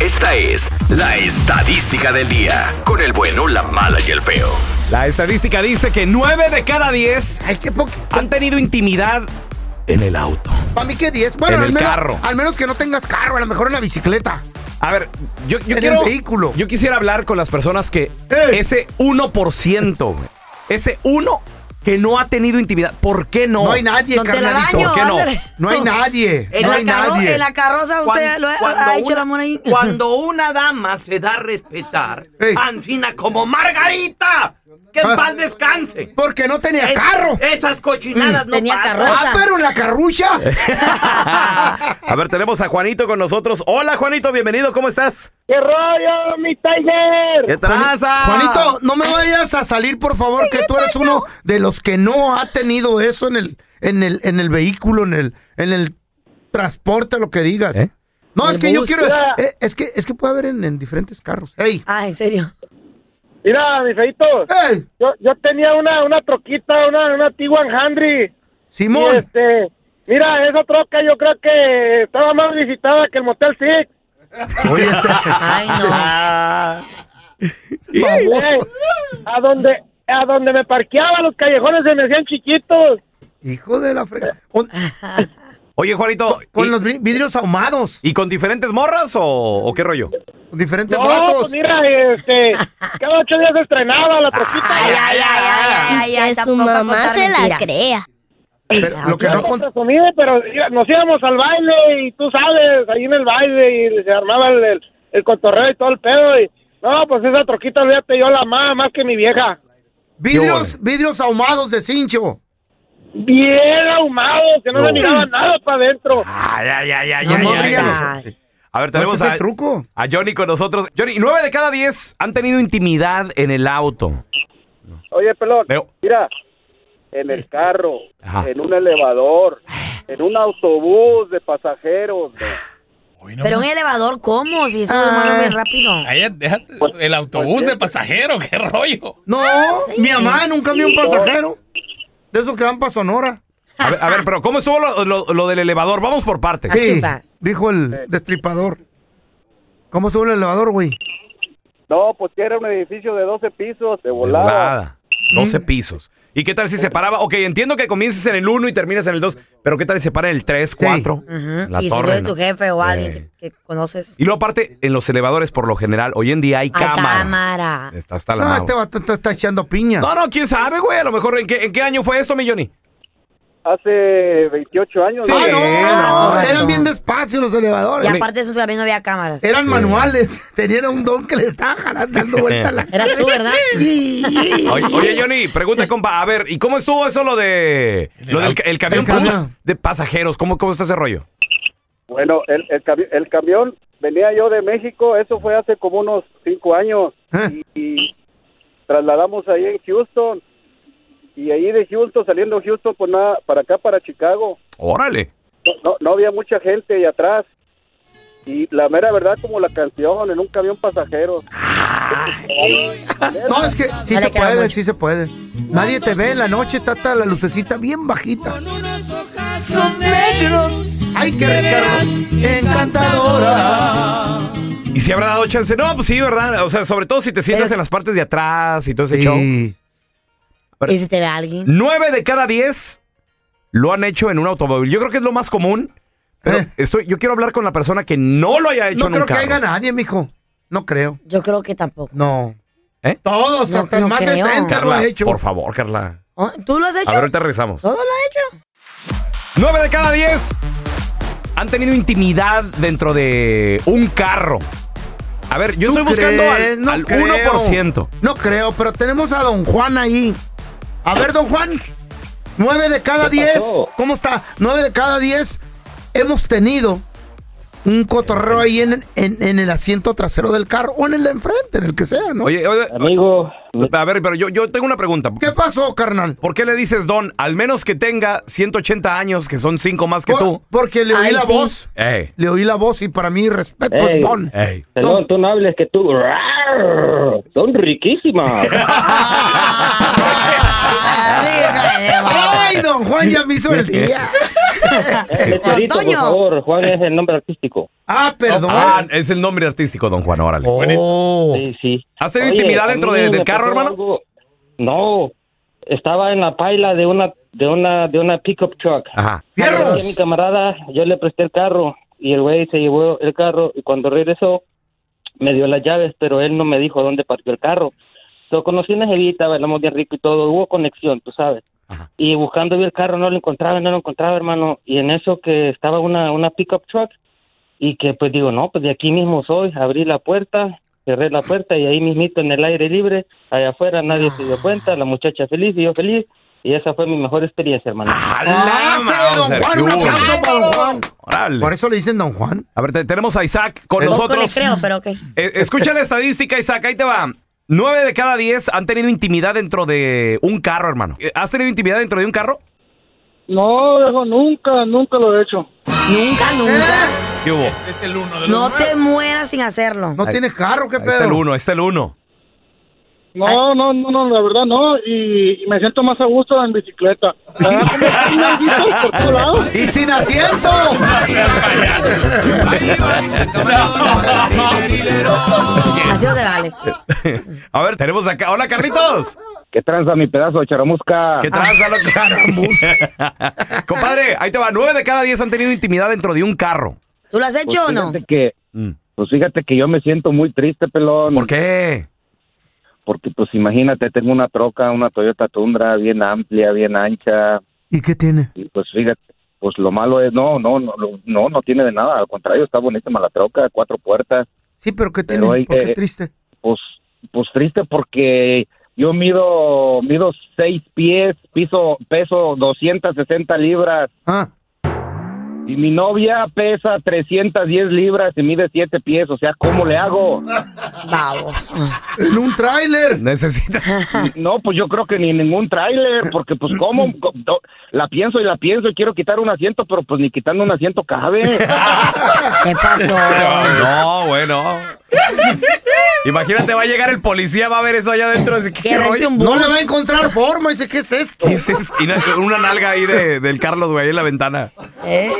Esta es la estadística del día, con el bueno, la mala y el feo. La estadística dice que 9 de cada 10 Ay, qué poco. han tenido intimidad en el auto. Para mí que 10. Bueno, En al el menos, carro. al menos que no tengas carro, a lo mejor en la bicicleta. A ver, yo, yo En el quiero. vehículo. Yo quisiera hablar con las personas que. ¡Ey! Ese 1%, güey, ese 1 que no ha tenido intimidad. ¿Por qué no? No hay nadie, Don carnalito. Telaraño, ¿por qué no? ándale. No hay nadie. En, no la hay carro- nadie. en la carroza usted lo ha- ha hecho el amor ahí. cuando una dama se da a respetar, Ey. Ancina como Margarita, que Ah. en paz descanse. Porque no Eh, tenía Es- carro. Esas cochinadas no Mm. Tenía pasan. carro. Ah, pero en la carrucha. A ver, tenemos a Juanito con nosotros. Hola, Juanito, bienvenido, ¿cómo estás? ¡Qué rollo, mi Tiger! ¿Qué tranza? Juanito, no me vayas a salir, por favor, que tú eres uno de los que no ha tenido eso en el, en el, en el vehículo, en el, en el transporte, lo que digas. No, es que yo quiero. eh, es que, es que puede haber en, en diferentes carros. ¡Ey! Ah, en serio. Mira, mi feito, ¡Ey! yo, yo tenía una, una troquita, una, una T-100. Y ¡Simón! este, mira, esa troca yo creo que estaba más visitada que el Motel Six. Oye, este. Ay, no. Ah. Eh, baboso. a donde a donde me parqueaba los callejones se me hacían chiquitos. Hijo de la frega. Con, Oye, Juanito, con ¿y, los vi- vidrios ahumados, y con diferentes morras o, o qué rollo? con diferentes No, ratos. pues mira, este, cada ocho días se estrenaba la troquita. Ay, ay, ay, ay, ay, ay, que su tampoco a mamá contar se la mentiras. crea. Pero lo que no con- Presumida, pero mira, nos íbamos al baile y tú sabes, ahí en el baile y se armaba el, el, el cotorreo y todo el pedo. Y, no, pues esa troquita, olvídate, yo la amaba más que mi vieja. vidrios, vidrios ahumados de cincho. Bien ahumado, que no No. Ah. le miraba nada para adentro. Ay, ay, ay, ay, No, ay, no ay, digas. ay. ay. A ver, ¿No es tenemos ese a, truco? a Johnny con nosotros. Johnny, 9 de cada 10 han tenido intimidad en el auto. Oye, pelón, Veo. mira, en el carro, Ajá. en un elevador, en un autobús de pasajeros. Pero un elevador, ¿cómo? Si eso lo mueve bien rápido. Ay, déjate, el autobús de pasajero, qué rollo. No, mi mamá en un camión pasajero. De esos que van para Sonora. A ver, a ver, pero ¿cómo estuvo lo, lo- lo del elevador? Vamos por partes. Así vas. dijo Eh. el destripador. ¿Cómo sube el elevador, güey? No, pues que era un edificio de 12 pisos, de De volada. 12 pisos. ¿Y qué tal si se paraba? Ok, entiendo que comiences en el 1 y terminas en el 2, pero ¿qué tal si se para en el 3, 4? Ujú. La y torre, si soy tu ¿no? jefe o alguien Eh. que, que conoces. Y luego aparte, en los elevadores por lo general, hoy en día hay Hay cámara. cámara. Está hasta la No, madre. este vato está- está echando piña. Ah, No, no, quién sabe, güey. A lo mejor, ¿en qué, en qué año fue esto, mi Johnny? Hace 28 años. Sí. Ah, no, Ah, no, con eran razón. bien despacios los Y elevadores. aparte de eso también no había cámaras. Eh, Eran manuales. Tenían un don que le estaba jalando dando vuelta la... Eras tú, ¿verdad? Oye, oye, Johnny, pregunta, compa. A ver, ¿y cómo estuvo eso lo de. Lo del ca- el camión El camión. pas- de pasajeros? ¿Cómo, ¿Cómo está ese rollo? Bueno, el, el, cami- el camión venía yo de México, eso fue hace como unos cinco años ¿Eh? y, y trasladamos ahí en Houston y ahí de Houston, saliendo de Houston por nada, para acá, para Chicago, Órale. no, no, no había mucha gente ahí atrás y la mera verdad como la canción en un camión pasajero. No, es que sí No le se queda puede, mucho. sí se puede. Nadie te ve en la noche, tata, la lucecita bien bajita. Son negros. Ay, qué ricas. Encantadora. ¿Y si habrá dado chance? No, pues sí, ¿verdad? O sea, sobre todo si te sientas en las partes de atrás y todo ese show. Sí. ¿Y si te ve alguien? Nueve de cada diez lo han hecho en un automóvil. Yo creo que es lo más común. Pero Eh. estoy, yo quiero hablar con la persona que no lo haya hecho No creo que nunca. haya nadie, mijo. No creo. Yo creo que tampoco. No. ¿Eh? Todos, No- hasta el no más creo. decente lo Carla, ha hecho. por favor, Carla. Oh, ¿Tú lo has hecho? A ver, ahorita regresamos. ¿Todo lo has hecho? 9 de cada 10 han tenido intimidad dentro de un carro. A ver, yo ¿Tú estoy buscando crees? al, No al creo. 1%. No creo, pero tenemos a don Juan ahí. A ver, don Juan. Nueve de cada diez. ¿Cómo está? Nueve de cada diez hemos tenido un cotorreo ahí en, en- en el asiento trasero del carro o en el de enfrente, en el que sea, ¿no? Oye, oye, Amigo, a ver, pero yo, yo tengo una pregunta. ¿Qué pasó, carnal? ¿Por qué le dices don, al menos que tenga 180 años, que son 5 más que Por- tú? Porque le oí Ay, la sí. voz. Ey, Le oí la voz y para mí respeto Ey. es don. ey. Pelón, tú no hables que tú... Son riquísimas. Ah, rica, eh, va. ¡Ay, don Juan ya me hizo el día! Lecherito, por Toño. favor. Juan es el nombre artístico. Ah, perdón. Ah, es el nombre artístico, don Juan, órale. Oh. Sí, sí. ¿Has tenido Oye, intimidad a dentro mí de- me del carro, pasó hermano? algo- No. Estaba en la paila de una de una de una pickup truck. Ajá. Yo ¡Fierros! a mi camarada, yo le presté el carro y el güey se llevó el carro y cuando regresó me dio las llaves, pero él no me dijo dónde partió el carro. Yo conocí una jevita, bailamos bien rico y todo, hubo conexión, tú sabes. Y buscando vi el carro, no lo encontraba, no lo encontraba, hermano. Y en eso que estaba una, una pickup truck y que pues digo, no, pues de aquí mismo soy, abrí la puerta, cerré la puerta y ahí mismito en el aire libre, allá afuera, nadie se dio cuenta, la muchacha feliz y yo feliz. Y esa fue mi mejor experiencia, hermano. Ah, sí, don Juan, un Sergio! aplauso para don Juan. Órale. Por eso le dicen don Juan. A ver, te- tenemos a Isaac con Poco le nosotros. creo, pero ok. Eh, escucha la estadística, Isaac, ahí te va. Nueve de cada diez han tenido intimidad dentro de un carro, hermano. Eh, ¿Has tenido intimidad dentro de un carro? No, viejo, nunca, nunca lo he hecho. Nunca, Eh. nunca. ¿Qué hubo? Es el uno de los No nueve. te mueras sin hacerlo. No Ahí- tienes carro, qué Ahí está el pedo. uno, ahí está el uno. Ah. No, no, no, no, la verdad no. Y, y me siento más a gusto en bicicleta. Ah, La verdad, como que hay nalguitas por todos lados. Y sin asiento. Así no te vale. A ver, tenemos acá. Hola, Carlitos. ¿Qué tranza mi pedazo de charamusca? ¿Qué tranza, loco? Compadre, ahí te va. Nueve de cada diez han tenido intimidad dentro de un carro. ¿Tú lo has Pues hecho o no? fíjate que, Mm. pues fíjate que yo me siento muy triste, pelón. ¿Por qué? Porque pues imagínate, tengo una troca, una Toyota Tundra bien amplia, bien ancha. ¿Y qué tiene? Y pues fíjate, pues lo malo es, no, no, no, lo- no, no tiene de nada. Al contrario, está buenísima la troca, cuatro puertas. Sí, pero ¿qué Pero tiene? hay ¿Por qué que- triste? Pues, pues triste porque yo mido, mido seis pies, piso, peso 260 libras. Ah, Y mi novia pesa 310 libras y mide siete pies. O sea, ¿cómo le hago? Vamos. en un tráiler. Necesita. No, pues yo creo que ni ningún tráiler, porque pues cómo Co- do- la pienso y la pienso y quiero quitar un asiento, pero pues ni quitando un asiento cabe. ¿Qué pasó? No, Oh, bueno. Imagínate, va a llegar el policía, va a ver eso allá adentro. dice, ¿Qué, Que rente rollo? un No bus. le va a encontrar forma. Dice, ¿qué es esto? ¿Qué es esto? Y na- una nalga ahí de, del Carlos, güey, ahí en la ventana. ¿eh?